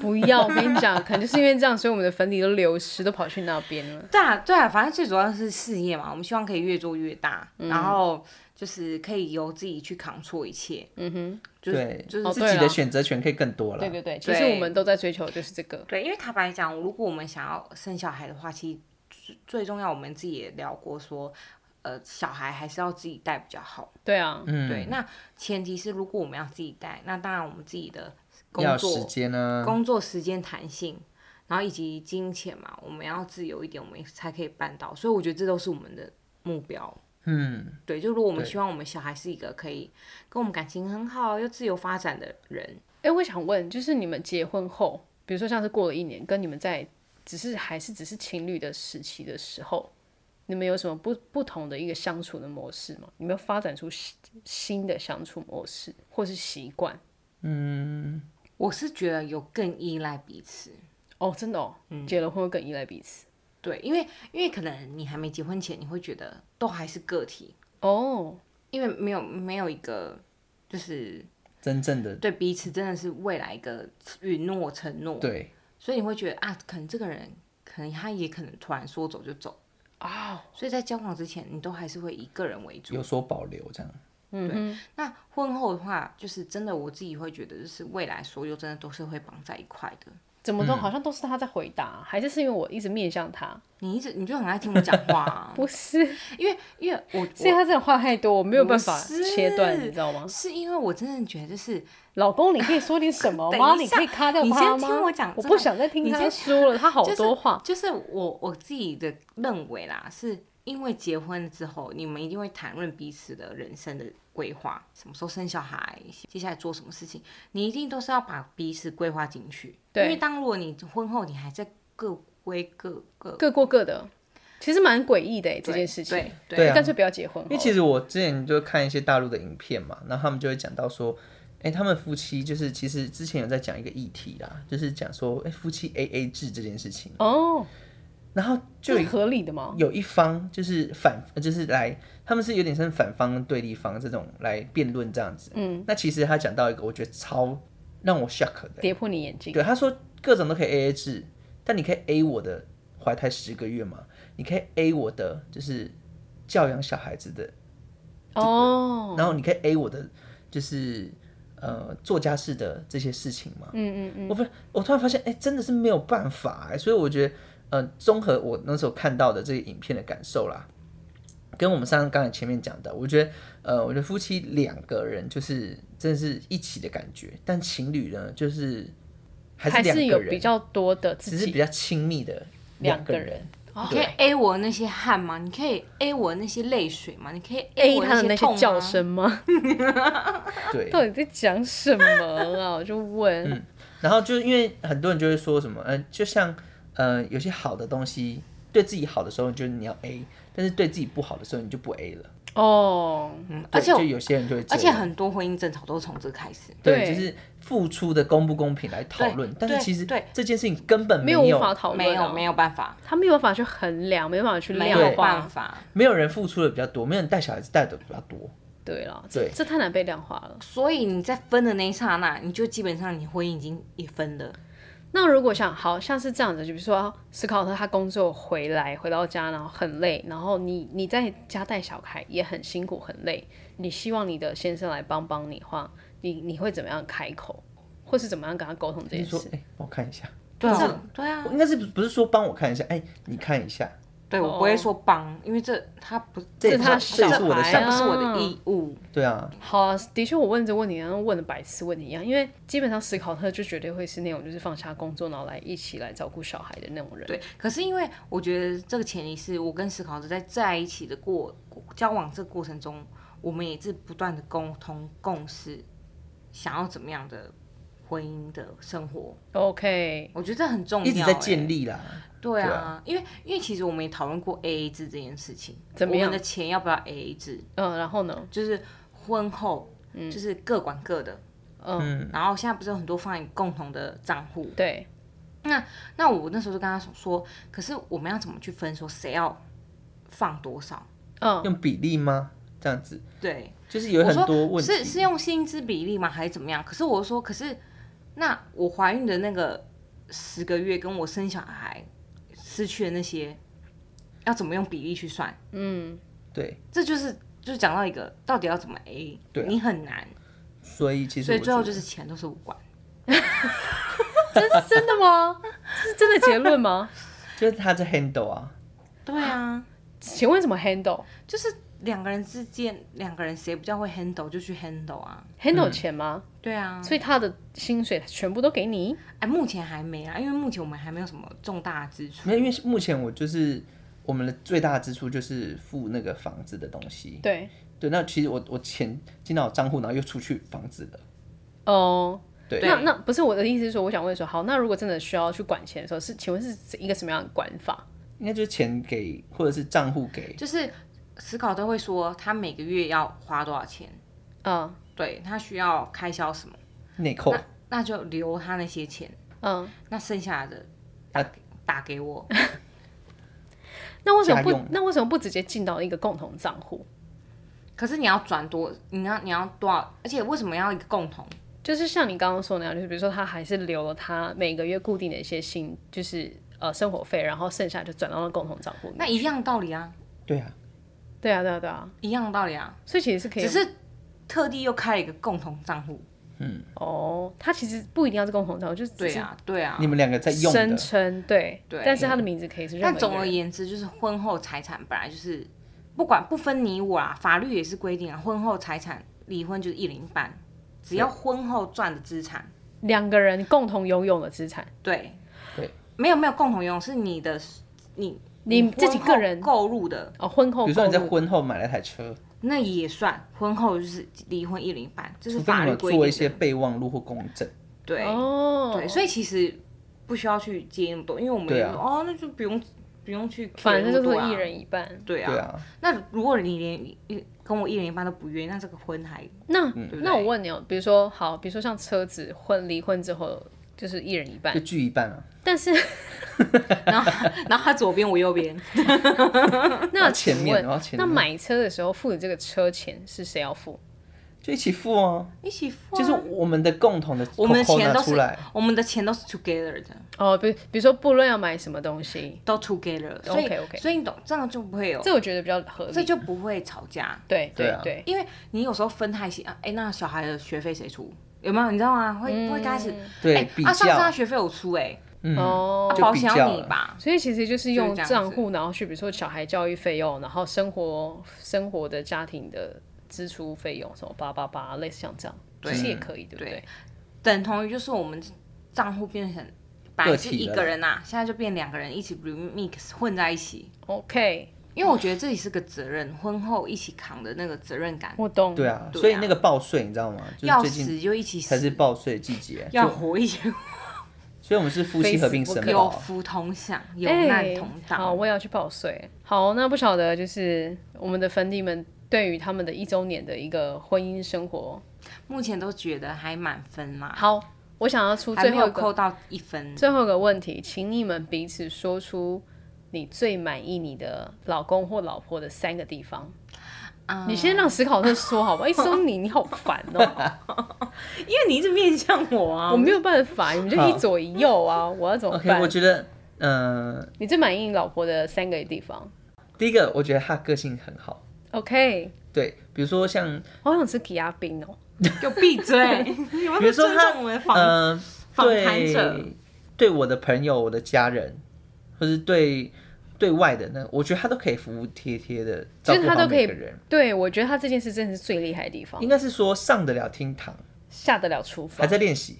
C: 不要！我跟你讲，可能就是因为这样，所以我们的粉底都流失，都跑去那边了。
A: 对啊，对啊，反正最主要是事业嘛，我们希望可以越做越大，然后就是可以由自己去扛错一切。嗯哼，哦就是
D: 对，
A: 就是
D: 自
C: 对
D: 己
C: 啦
D: 的选择权可以更多了。
C: 对对对，其实
A: 啊对
C: 我们都在追求的就是这个。
A: 对，因为坦白讲，如果我们想要生小孩的话，其实最最重要，我们自己也聊过说，呃，小孩还是要自己带比较好。
C: 对啊，
D: 嗯，
A: 对，那前提是如果我们要自己带，那当然我们自己的工
D: 要时
A: 作、
D: 间呢、啊。
A: 工作时间弹性，然后以及金钱嘛，我们要自由一点，我们才可以办到。所以我觉得这都是我们的目标。
D: 嗯，
A: 对，就如果我们
D: 对
A: 希望我们小孩是一个可以跟我们感情很好又自由发展的人，
C: 哎、我想问，就是你们结婚后，比如说像是过了一年，跟你们在只是还是只是情侣的时期的时候，你们有什么不不同的一个相处的模式吗？你们有发展出新新的相处模式或是习惯？
A: 我是觉得有更依赖彼此。
C: 哦，真的哦，
A: 嗯
C: 结了婚会更依赖彼此。
A: 对，因为因为可能你还没结婚前，你会觉得都还是个体，
C: 哦，
A: 因为没有没有一个就是
D: 真正的
A: 对彼此真的是未来一个允诺承诺，
D: 对，
A: 所以你会觉得啊，可能这个人可能他也可能突然说走就走，
C: 啊、
A: 所以在交往之前，你都还是会以个人为主。
D: 有所保留这样。
C: 嗯
A: 那婚后的话，就是真的我自己会觉得，就是未来所有真的都是会绑在一块的。
C: 怎么都
A: 嗯
C: 好像都是他在回答、啊还是是因为我一直面向他？
A: 你一直你就很爱听我讲话、
C: [laughs]，
A: 啊
C: 不是，
A: 因为因为我
C: 是因为他真的话太多，我没有办法
A: 不是
C: 切断，你知道吗
A: 我？是因为我真的觉得就是
C: 老公，你可以说点什么
A: [laughs] 等一
C: 吗？
A: 下
C: 你可以卡掉
A: 你
C: 他吗？
A: 先听我讲
C: 我
A: 真
C: 不
A: 的
C: 想再听
A: 你
C: 他
A: 先 [laughs]
C: 说了，他好多话。
A: 就是我我自己的认为啦，是因为结婚之后，你们一定会谈论彼此的人生的规划，什么时候生小孩，接下来做什么事情，你一定都是要把彼此规划进去。
C: 对
A: 因为当如果你婚后你还在各归各各
C: 各过各的，其实蛮诡异的欸这件事情。
A: 对对
D: 对啊
C: 干脆不要结婚好了。
D: 因为其实我之前就看一些大陆的影片嘛，然后他们就会讲到说，哎、他们夫妻就是其实之前有在讲一个议题啦，就是讲说，哎、夫妻 A A 制这件事情，
C: 哦，
D: 然后就
C: 这是合理的吗？
D: 有一方就是反，呃就是来，他们是有点像反方跟对立方这种来辩论这样子。嗯，那其实他讲到一个我觉得超让我 shock 的，
C: 跌破你眼镜，
D: 对，他说各种都可以 A A 制，但你可以 A 我的怀胎十个月嘛，你可以 A 我的就是教养小孩子的
C: 哦，
D: 然后你可以 A 我的就是呃做家事的这些事情嘛。嗯嗯嗯。我发我突然发现，哎、真的是没有办法哎、所以我觉得，呃，综合我那时候看到的这个影片的感受啦，跟我们上刚才前面讲的，我觉得，呃，我觉得夫妻两个人就是真的是一起的感觉，但情侣呢，就是还是
C: 还
D: 两
C: 是
D: 个
C: 有比
D: 人，
C: 较多的
D: 只
C: 自
D: 是比
C: 己
D: 较亲密的
C: 两
D: 个
C: 个
D: 人。
C: 人。哦
A: 你可以 A 我那些汗吗？你可以 A 我那些泪水吗？你可以
C: A
A: 我
C: 他的那
A: 痛啊
C: 些
A: 吗
C: 叫。声吗？[laughs]
D: 对，
C: 到底在讲什么啊？我就
D: 嗯
C: 问，
D: 然后就是因为很多人就会说什么，嗯、就像呃有些好的东西，对自己好的时候，你就你要 A，但是对自己不好的时候，你就不 A 了。
C: 哦，
A: 嗯，
D: 对
A: 而且我
D: 就有些人就会这
A: 而
D: 样，
A: 且很多婚姻争吵都是从这开始。
D: 对，
C: 对
D: 就是付出的公不公平来讨论，
A: 对
D: 但是
A: 对
D: 其实
A: 对
D: 这件事情根本
C: 没
D: 没
C: 有
D: 有
C: 无法讨论、啊，
A: 没有没有办法，
C: 他没有办法去衡量，没有办法去
A: 没
C: 量
A: 有办
C: 化。
A: 法。
D: 没有人付出的比较多，没有人带小孩子带的比较多，
C: 对了，
D: 对
C: 这这太难被量化了。
A: 所以你在分的那一刹那，你就基本上你婚姻已经也分了。
C: 那如果像好像是这样子，就比如说斯考特他工作回来回到家，然后很累，然后你你在家带小孩也很辛苦很累，你希望你的先生来帮帮你的话，你你会怎么样开口，或是怎么样跟他沟通这
D: 就
C: 件
D: 是说
C: 事，？
D: 哎、帮我看一下，
A: 对
C: 是
A: 啊，对啊，
D: 应该是不不是说帮我看一下，哎、你看一下，
A: 对我不会说帮，因为这他不，
D: 这
C: 是
D: 也
A: 不
D: 是
C: 他
D: 这也是我的
C: 小
A: 这
C: 孩
D: 想
A: 不
D: 法
C: 啊
A: 是我的义务。
D: 对啊，
C: 好啊、的确，我问这问题，然后问的百次问题一样，因为基本上斯考特就绝对会是那种就是放下工作，然后来一起来照顾小孩的那种人。
A: 对，可是因为我觉得这个前提是我跟史考特在在一起的过交往这个过程中，我们也是不断的沟通共识，想要怎么样的婚姻的生活，
C: ，OK，
A: 我觉得这很重要、
D: 一直在建
A: 欸
D: 立啦，对
A: 对啊
D: 啊，
A: 因为因为其实我们也讨论过 AA 制这件事情，
C: 怎么
A: 我
C: 样
A: 们的钱要不要 AA 制？
C: 嗯，然后呢？
A: 就是婚后，就是各管各的。
C: 嗯，
A: 然后现在不是有很多放在共同的账户？
C: 对，
A: 那我那时候就跟他说，可是我们要怎么去分说谁要放多少？
C: 嗯，
D: 用比例吗？这样子，
A: 对，
D: 就是有
A: 我
D: 很多
A: 说
D: 问题，
A: 是是用薪资比例吗？还是怎么样？可是我说，可是那我怀孕的那个十个月跟我生小孩失去的那些，要怎么用比例去算？
D: 对，
A: 这就是就讲到一个到底要怎么 A，
D: 对啊
A: 你很难，
D: 所以其实
A: 所以
D: 我
A: 最后
D: 觉
A: 就
D: 得
A: 是钱都是无关。
C: 这是真的吗？ [laughs] 这是真的结论吗？
D: 就是他在 handle 啊，
A: 对啊，
C: 请问怎么 handle
A: 就是两个人之间，两个人谁比较会 handle 就去 handle 啊。
D: 嗯
C: handle 钱吗？
A: 对啊，
C: 所以他的薪水全部都给你？
A: 哎，目前还没啊，因为目前我们还没有什么重大的支出
D: 没。有，因为目前我就是我们的最大的支出就是付那个房子的东西，
C: 对，
D: 对，那其实我我钱进到我账户，然后又出去房子了，
C: 哦、
D: 对
C: 那那不是我的意思是说，我想问说，好，那如果真的需要去管钱的时候，是请问是一个什么样的管法？
D: 应该就是钱给或者是账户给，
A: 就是思考都会说他每个月要花多少钱，
C: 嗯
A: 对他需要开销什么，
D: 内扣，
A: 那就留他那些钱，
C: 嗯，
A: 那剩下的打给打给我。
C: 那为什么
D: 家
C: 不
D: 用
C: 那为什么不直接进到一个共同账户？
A: 可是你要转多，你要你要多少？而且为什么要一个共同？
C: 就是像你刚刚说那样，就是比如说他还是留了他每个月固定的一些薪，就是呃生活费，然后剩下就转到了共同账户。
A: 那一样道理啊，
D: 对啊，
C: 对啊，对啊，对啊，
A: 一样道理啊，
C: 所以其实是可以，
A: 只是特地又开了一个共同账户。
C: 哦，他其实不一定要是共同账户，就是只
A: 对
C: 是
A: 啊，对啊
D: 你。们两个在用
C: 声
D: 的，
C: 称对，
A: 对
C: 但是他的名字可以是任
A: 但
C: 何
A: 总而
C: 一个人
A: 言之，就是婚后财产本来就是不管不分你我啊，法律也是规定啊，婚后财产离婚就是一人一半，只要婚后赚的资产，
C: 两个人共同拥有的资产，
A: 对
D: 对，
A: 没有没有共同拥有，是你的你
C: 你自己
A: 嗯婚后
C: 个人
A: 购入的
C: 哦，婚后
D: 比如说你在
C: 购入
D: 婚后买了台车，
A: 那也算，婚后就是离婚一人一半，这是
D: 除非你
A: 法
D: 们
A: 律
D: 有
A: 规定
D: 做一些
A: 的。
D: 备忘录或公证，
A: 对，
C: 哦，
A: 对，所以其实不需要去接那么多，因为我们
D: 对
A: 也
D: 啊
A: 说哦，那就不用不用去、啊，
C: 反正就是一。人一半。
A: 对啊，
D: 对啊，
A: 那如果你连一跟我一人一半都不愿意，那这个婚还
C: 那
D: 嗯
A: 对不
C: 那我
A: 对
C: 问你哦，比如说好，比如说像车子婚离婚之后就是一人一半
D: 就，聚一半啊，
C: 但
D: [laughs]
C: 是
A: 然后 [laughs] 然后他左边我右边，
C: 那
D: 前
C: 请
D: 面
C: 问
D: 然后前
C: 那
D: 面
C: 买车的时候付的这个车钱是谁要付？
D: 就一起付哦、
A: [laughs] 一起付啊、
D: 就是我们的共同的，
A: 我们的钱
D: 拿
A: 都
D: 出
A: 是
D: 来，
A: 我们的钱都是 together 的，
C: 哦，比比如说不论要买什么东西，
A: 都 together，所以
C: OK，OK
A: 所以你懂，这样就不会有，
C: 这我觉得比较合理。
A: 这就不会吵架，
C: 对
D: 对
C: 对
D: 啊
C: 对，
A: 因为你有时候分太细啊，哎、那小孩的学费谁出？有没有？你知道吗？会、会开始，
D: 对
A: 哎、
D: 比
A: 啊，上次
D: 较，
A: 他学费我出、哎、
D: 嗯，
C: 哦
A: 啊，
D: 就
A: 保
D: 比
A: 险
D: 较
A: 要你
D: 了
A: 吧，
C: 所以其实就是用
A: 就是这样
C: 账
A: 子
C: 户，然后去比如说小孩教育费用，然后生活生活的家庭的支出费用，什么八八八，类似像这样，其
A: 对
C: 实也可以，对不
A: 对
C: 对？
A: 等同于就是我们账户变成本来是一个人呐、啊，现在就变两个人一起 remix 混在一起。
C: OK，
A: 因为我觉得这也是个责任，婚后一起扛的那个责任感，
C: 我懂。
D: 对，啊，
A: 对啊
D: 所以那个报税你知道吗？就是
A: 要
D: 最
A: 死
D: 近
A: 就一起
D: 才是
A: 死，
D: 报税季节，
A: 要
D: 就
A: 活一起
D: 所以我们是夫妻合并申
C: 非死不可
A: 有
D: 报啊，
A: 福同享，有
C: 哎
A: 难同
C: 好，
A: 当。
C: 我也要去报税。好，那不晓得就是我们的粉底们对于他们的一周年的一个婚姻生活。
A: 目前都觉得还满分啦，
C: 好，我想要出
A: 还
C: 最
A: 没
C: 后
A: 有
C: 一个
A: 扣到一分。
C: 最后一个问题，请你们彼此说出你最满意你的老公或老婆的三个地方。
D: 嗯
C: 你先让史考特说好
D: [laughs]
C: 吧，一说你你好烦哦，
A: 因为你一直面向我啊，
C: [laughs] 我没有办法，你们就一左一右啊，我要怎么
D: OK，
C: 办
D: 我？觉得，嗯，
C: 你最满意你老婆的三个地方
D: 第一个，我觉得他个性很好。
C: ？OK，
D: 对，比如说像，
C: 我好想吃吉亚冰哦。
A: 给我闭嘴！你们
D: 比如
A: 不
D: 说
A: 尊
D: 他
A: 重我们的，房
D: 嗯、
A: 访谈者
D: 对，对我的朋友、我的家人，或是对对外的那，我觉得他都可以服服帖帖的照
C: 就是
D: 顾
C: 他
D: 好
C: 都可
D: 每
C: 以
D: 个人。
C: 对，我觉得他这件事真的是最厉害的地方
D: 应，该是说上得了厅堂，
C: 下得了厨
D: 还
C: 房，
D: 在练习。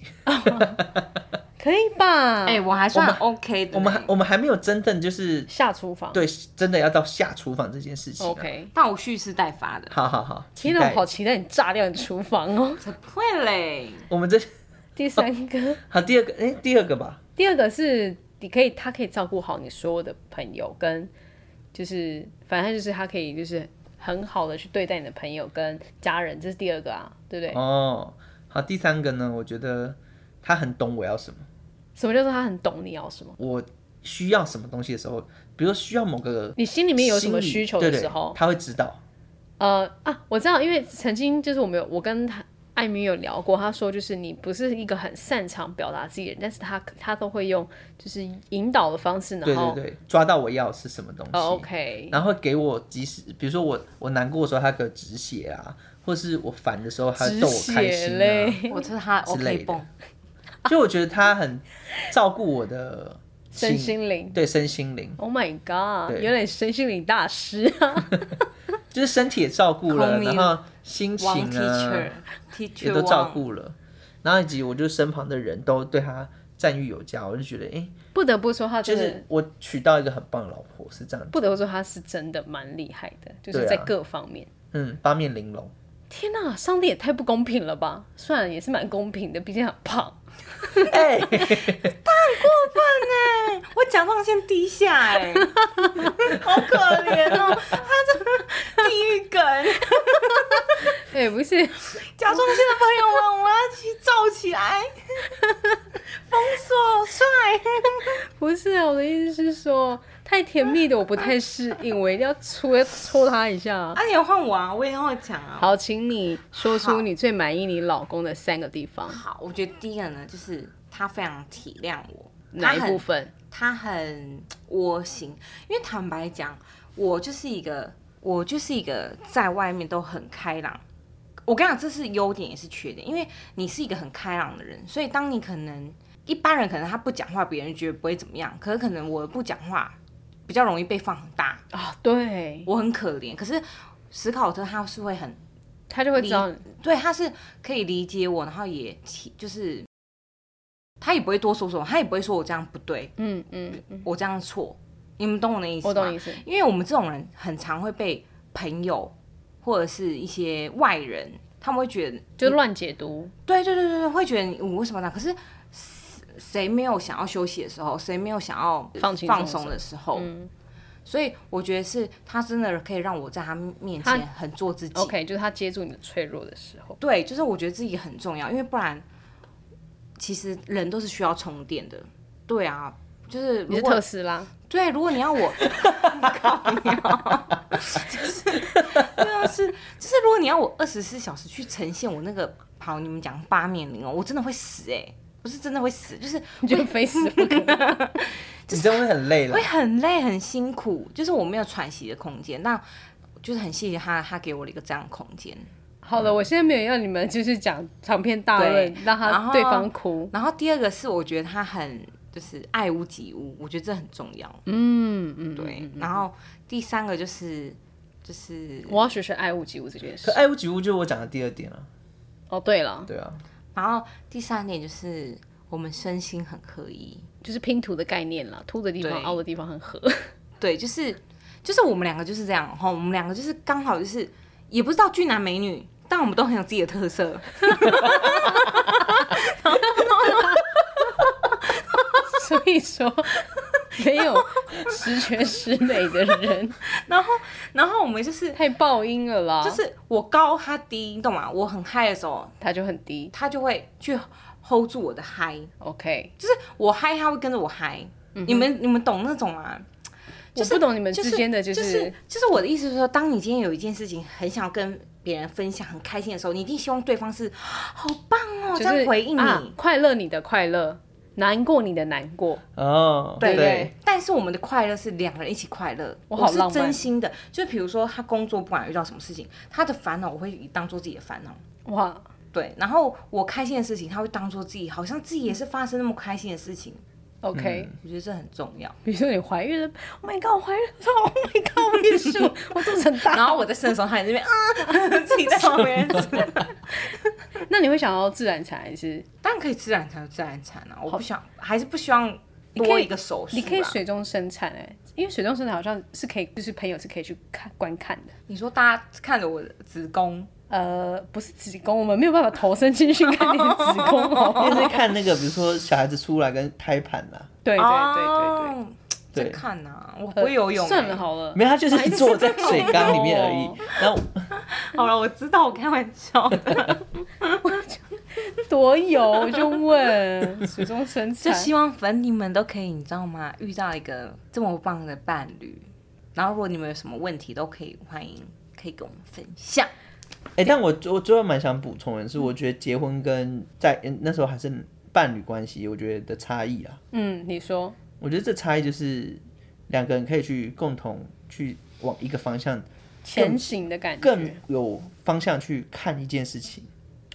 C: 可以吧？
A: 哎、我还算 OK 的、欸
D: 我们还我们还没有真正就是
C: 下厨房，
D: 对真的要到下厨房这件事情啊、
C: ，OK。
A: 但我蓄势待发
D: [laughs]
A: 的，
D: 好好好，期
C: 天哪，
D: 待
C: 我好期待你炸掉你厨房哦！
A: 才不会嘞！
D: 我们这
C: 第三个，
D: 好第
C: [laughs]
D: 二个，哎、第二个吧，
C: 第二个是你可以，他可以照顾好你所有的朋友，跟就是反正就是他可以就是很好的去对待你的朋友跟家人，这是第二个啊，对不对？
D: 哦，好，第三个呢，我觉得他很懂我要什么，
C: 什么叫做他很懂你要什么？
D: 我需要什么东西的时候，比如说需要某个
C: 你心里面有什么
D: 心理
C: 需求
D: 对
C: 的
D: 对
C: 时候，
D: 他会知道。
C: 呃啊，我知道，因为曾经就是我们有我跟他艾米有聊过，他说就是你不是一个很擅长表达自己的人，但是他他都会用就是引导的方式，
D: 对
C: 然后
D: 对对，抓到我要的是什么东西。
C: 呃 OK，
D: 然后会给我及时，比如说我我难过的时候，他给我止血啊，或是我烦的时候，他会
C: 止
D: 逗我开
C: 血
D: 心
C: 嘞
D: 啊。
A: 我是他的
D: 之类
A: OK
D: 的
A: 泵，
D: 就我觉得他很照顾我的
C: [laughs] 身心灵。
D: 对身心灵，
C: Oh my god！
D: 对
C: 原来你身心灵大师 [laughs] 啊！
D: 就是身体也照顾了，
A: Call me
D: 然后心情
A: 王
D: 啊
A: teacher
D: 也
A: teacher
D: 都照
A: 王
D: 顾了，然后以及我就身旁的人都对他赞誉有加，我就觉得哎、诶
C: 不得不说，他
D: 就
C: 真的、
D: 是我娶到一个很棒的老婆是这样子，
C: 不得不说，他是真的蛮厉害的，就是
D: 对啊
C: 在各方面。
D: 嗯，八面玲珑。
C: 天哪、上帝也太不公平了吧！虽然也是蛮公平的，毕竟很胖。 [laughs]
D: 哎、
A: 哎我甲状腺低下 [laughs] 哎、好可怜哦，他这地狱梗，
C: 哎、不是， [laughs]
A: 甲状腺的朋友们，我要去罩起来，封锁帅，
C: 不是啊，我的意思是说，太甜蜜的我不太适应，我一定要戳戳他一下。
A: 啊，你也换我啊，我也要讲啊。
C: 好，请你说出
A: 好
C: 你最满意你老公的三个地方，
A: 好，我觉得第一个呢，就是他非常体谅我，
C: 哪一
A: 他很
C: 部分？
A: 他很窝心，因为坦白讲，我就是一个我就是一个在外面都很开朗。我跟你讲，这是优点也是缺点，因为你是一个很开朗的人，所以当你可能一般人可能他不讲话，别人觉得不会怎么样，可是可能我不讲话比较容易被放大，
C: 啊，对，
A: 我很可怜。可是史考特他是会很
C: 他就会知道，
A: 对，他是可以理解我，然后也体就是他也不会多说什么，他也不会说我这样不对，
C: 嗯嗯嗯，
A: 我这样错，你们懂我的意思吗？
C: 我懂意思。
A: 因为我们这种人很常会被朋友或者是一些外人，他们会觉得，
C: 就乱解读，
A: 对对对对对，会觉得你我为什么呢？可是谁谁没有想要休息的时候，谁没有想要
C: 放轻松的时候
A: 放松的时候？
C: 嗯
A: 所以我觉得是他真的可以让我在他面
C: 他
A: 前很做自己。
C: ，OK，就是他接住你的脆弱的时候，
A: 对，就是我觉得自己很重要，因为不然，其实人都是需要充电的。对啊，就是
C: 你
A: 如
C: 是
A: 果
C: 特斯拉， [laughs]
A: 对，如果你要我，靠你啊就是对啊，是就是如果你要我二十四小时去呈现我那个，好，你们讲八面玲珑，我真的会死哎、不是真的会死，就是
C: 你就非死不可。
D: 你真的会很累了
A: 会。很累很辛苦，就是我没有喘息的空间。那就是很谢谢他，他给我了一个这样的空间。
C: [laughs] 好了，我现在没有要你们就是讲长篇大论，
A: 对
C: 让
A: 然
C: 他
A: 后
C: 对方哭。
A: 然后第二个是，我觉得他很就是爱屋及乌，我觉得这很重要。
C: 嗯嗯，
A: 对，
C: 嗯嗯
A: 然后第三个就是就是，
C: 我要学学爱屋及乌这件事
A: 呃
D: 可。爱屋及乌就是我讲的第二点了，
C: 哦，对了，
D: 对啊，
A: 然后第三点就是我们身心很合一。
C: 就是拼图的概念啦，凸的地方、
A: 对
C: 凹的地方很合。 [laughs]
A: 对，就是就是我们两个就是这样哈，我们两个就是刚好就是也不知道俊男美女，但我们都很有自己的特色。
C: 所以说， [laughs] 也有十全十美的
A: [laughs]
C: 人，
A: 然后我们就是
C: 太爆音了啦，
A: 就是我高他低，你懂吗？我很嗨的时候，
C: 他就很低。
A: 他就会去 hold 住我的嗨，
C: OK，
A: 就是我嗨，他会跟着我嗨。你们你们懂那种吗？就是
C: 我不懂你们
A: 就
C: 嗯
A: 是
C: 之间的就
A: 就是就是我的意思是说，当你今天有一件事情很想要跟别人分享、很开心的时候，你一定希望对方是 [gasps] 好棒哦，
C: 就
A: 这
C: 是
A: 样回应你。
C: 啊快乐你的快乐，难过你的难过。
D: 哦，
A: 对
D: 对，
A: 但是我们的快乐是两个人一起快乐，
C: 我
A: 我
C: 好
A: 是
C: 浪漫
A: 真心的。就比如说他工作不管遇到什么事情，他的烦恼我会当做自己的烦恼，
C: 哇，
A: 对。然后我开心的事情，他会当做自己好像自己也是发生那么开心的事 [laughs] 情，
C: OK，、
A: 我觉得这很重要。
C: 比如说你怀孕了，Oh my god，我怀孕了，Oh my god，我也是， [laughs] 我肚子很大。
A: 然后我在生的时候，他也在那边啊，自己在旁边。嗯
C: 那你会想要自然产还是？
A: 当然可以自然产就自然产啊，我不想，还是不希望
C: 你可
A: 多
C: 以
A: 一个手术、啊。
C: 你可以水中生产哎、因为水中生产好像是可以，就是朋友是可以去看观看的。
A: 你说大家看着我的子宫，
C: 呃，不是子宫，我们没有办法投身进去看你的子宫哦。
A: [laughs]
D: 因为是看那个，比如说小孩子出来跟胎盘啦，
C: 对对对对对，
A: 哦
D: 对
A: 在看呐、啊，我不会游泳、欸。
C: 算了，好了，
D: 没有，他
A: 哎
D: 就是坐在水缸里面而
C: 哦
D: 已。然后
A: 好了，我知道，我开玩笑的，
C: 多有我就问水中生
A: 就
C: 产，
A: 希望粉你们都可以，你知道吗？遇到一个这么棒的伴侣，然后如果你们有什么问题，都可以欢迎可以跟我们分享。
D: 哎、但我我最后蛮想补充的是，我觉得结婚跟在嗯那时候还是伴侣关系，我觉得的差异啊，
C: 嗯，你说
D: 我觉得这差异就是两个人可以去共同去往一个方向，
C: 前行的感
D: 更
C: 觉。
D: 有方向去看一件事情，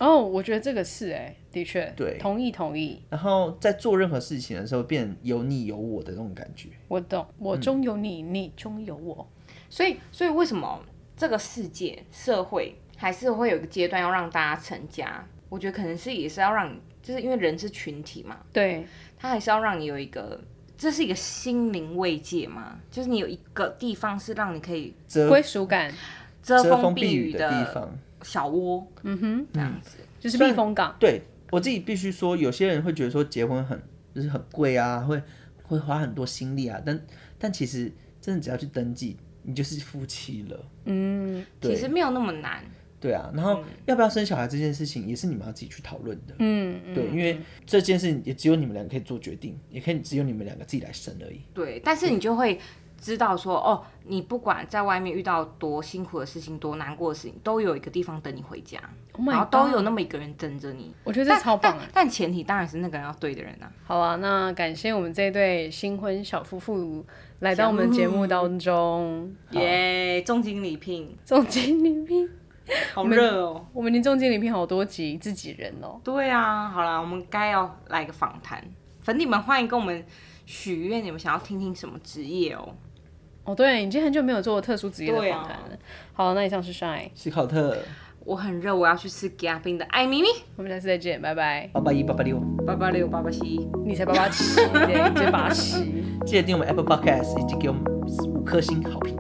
C: 哦，我觉得这个是哎、的确，
D: 对
C: 同意同意，
D: 然后在做任何事情的时候变有你有我的那种感觉。
C: 我懂，我中有你，你中有我，
A: 所以，所以为什么这个世界社会还是会有一个阶段要让大家成家？我觉得可能是也是要让你，就是因为人是群体嘛，
C: 对，
A: 它还是要让你有一个，这是一个心灵慰藉嘛，就是你有一个地方是让你可以
D: 遮
C: 归属感
A: 遮
D: 遮风避
A: 避
D: 雨的地
A: 的
D: 方，
A: 小窝，嗯哼，这样子。
C: 就是避风港，
D: 对我自己必须说，有些人会觉得说结婚很就是很贵啊，会会花很多心力啊，但但其实真的只要去登记，你就是夫妻了。
C: 嗯
A: 其实没有那么难，
D: 对啊，然后要不要生小孩这件事情也是你们要自己去讨论的。
C: 嗯嗯，
D: 对，因为这件事也只有你们两个可以做决定，也可以只有你们两个自己来生而已。
A: 对，但是你就会知道说，哦，你不管在外面遇到多辛苦的事情、多难过的事情，都有一个地方等你回家
C: Oh my
A: 然后都
C: God
A: 有那么一个人等着你。
C: 我觉得这
A: 但
C: 超棒哎
A: 但。但前提当然是那个人要对的人啊。
C: 好啊，那感谢我们这对新婚小夫妇来到我们节目当中，
A: 耶，重金礼聘，
C: 重金礼聘，
A: 好热哦。
C: 我们已经重金礼聘好多集自己人哦。
A: 对啊，好啦，我们该要来个访谈，粉底们欢迎跟我们许愿，你们想要听听什么职业哦？
C: 哦，对，已经很久没有做特殊职业的
A: 对啊
C: 访谈了。好，那以上是 Shine，
D: 西考特
A: 我很热，我要去吃给阿宾的艾咪咪，
C: 我们下次再见，拜拜。
D: 八八一八八六，
A: 八八六八八七。
C: 你才八八七，对，你最八七。
D: 记得订我们 Apple Podcast 以及给我们五颗星好评。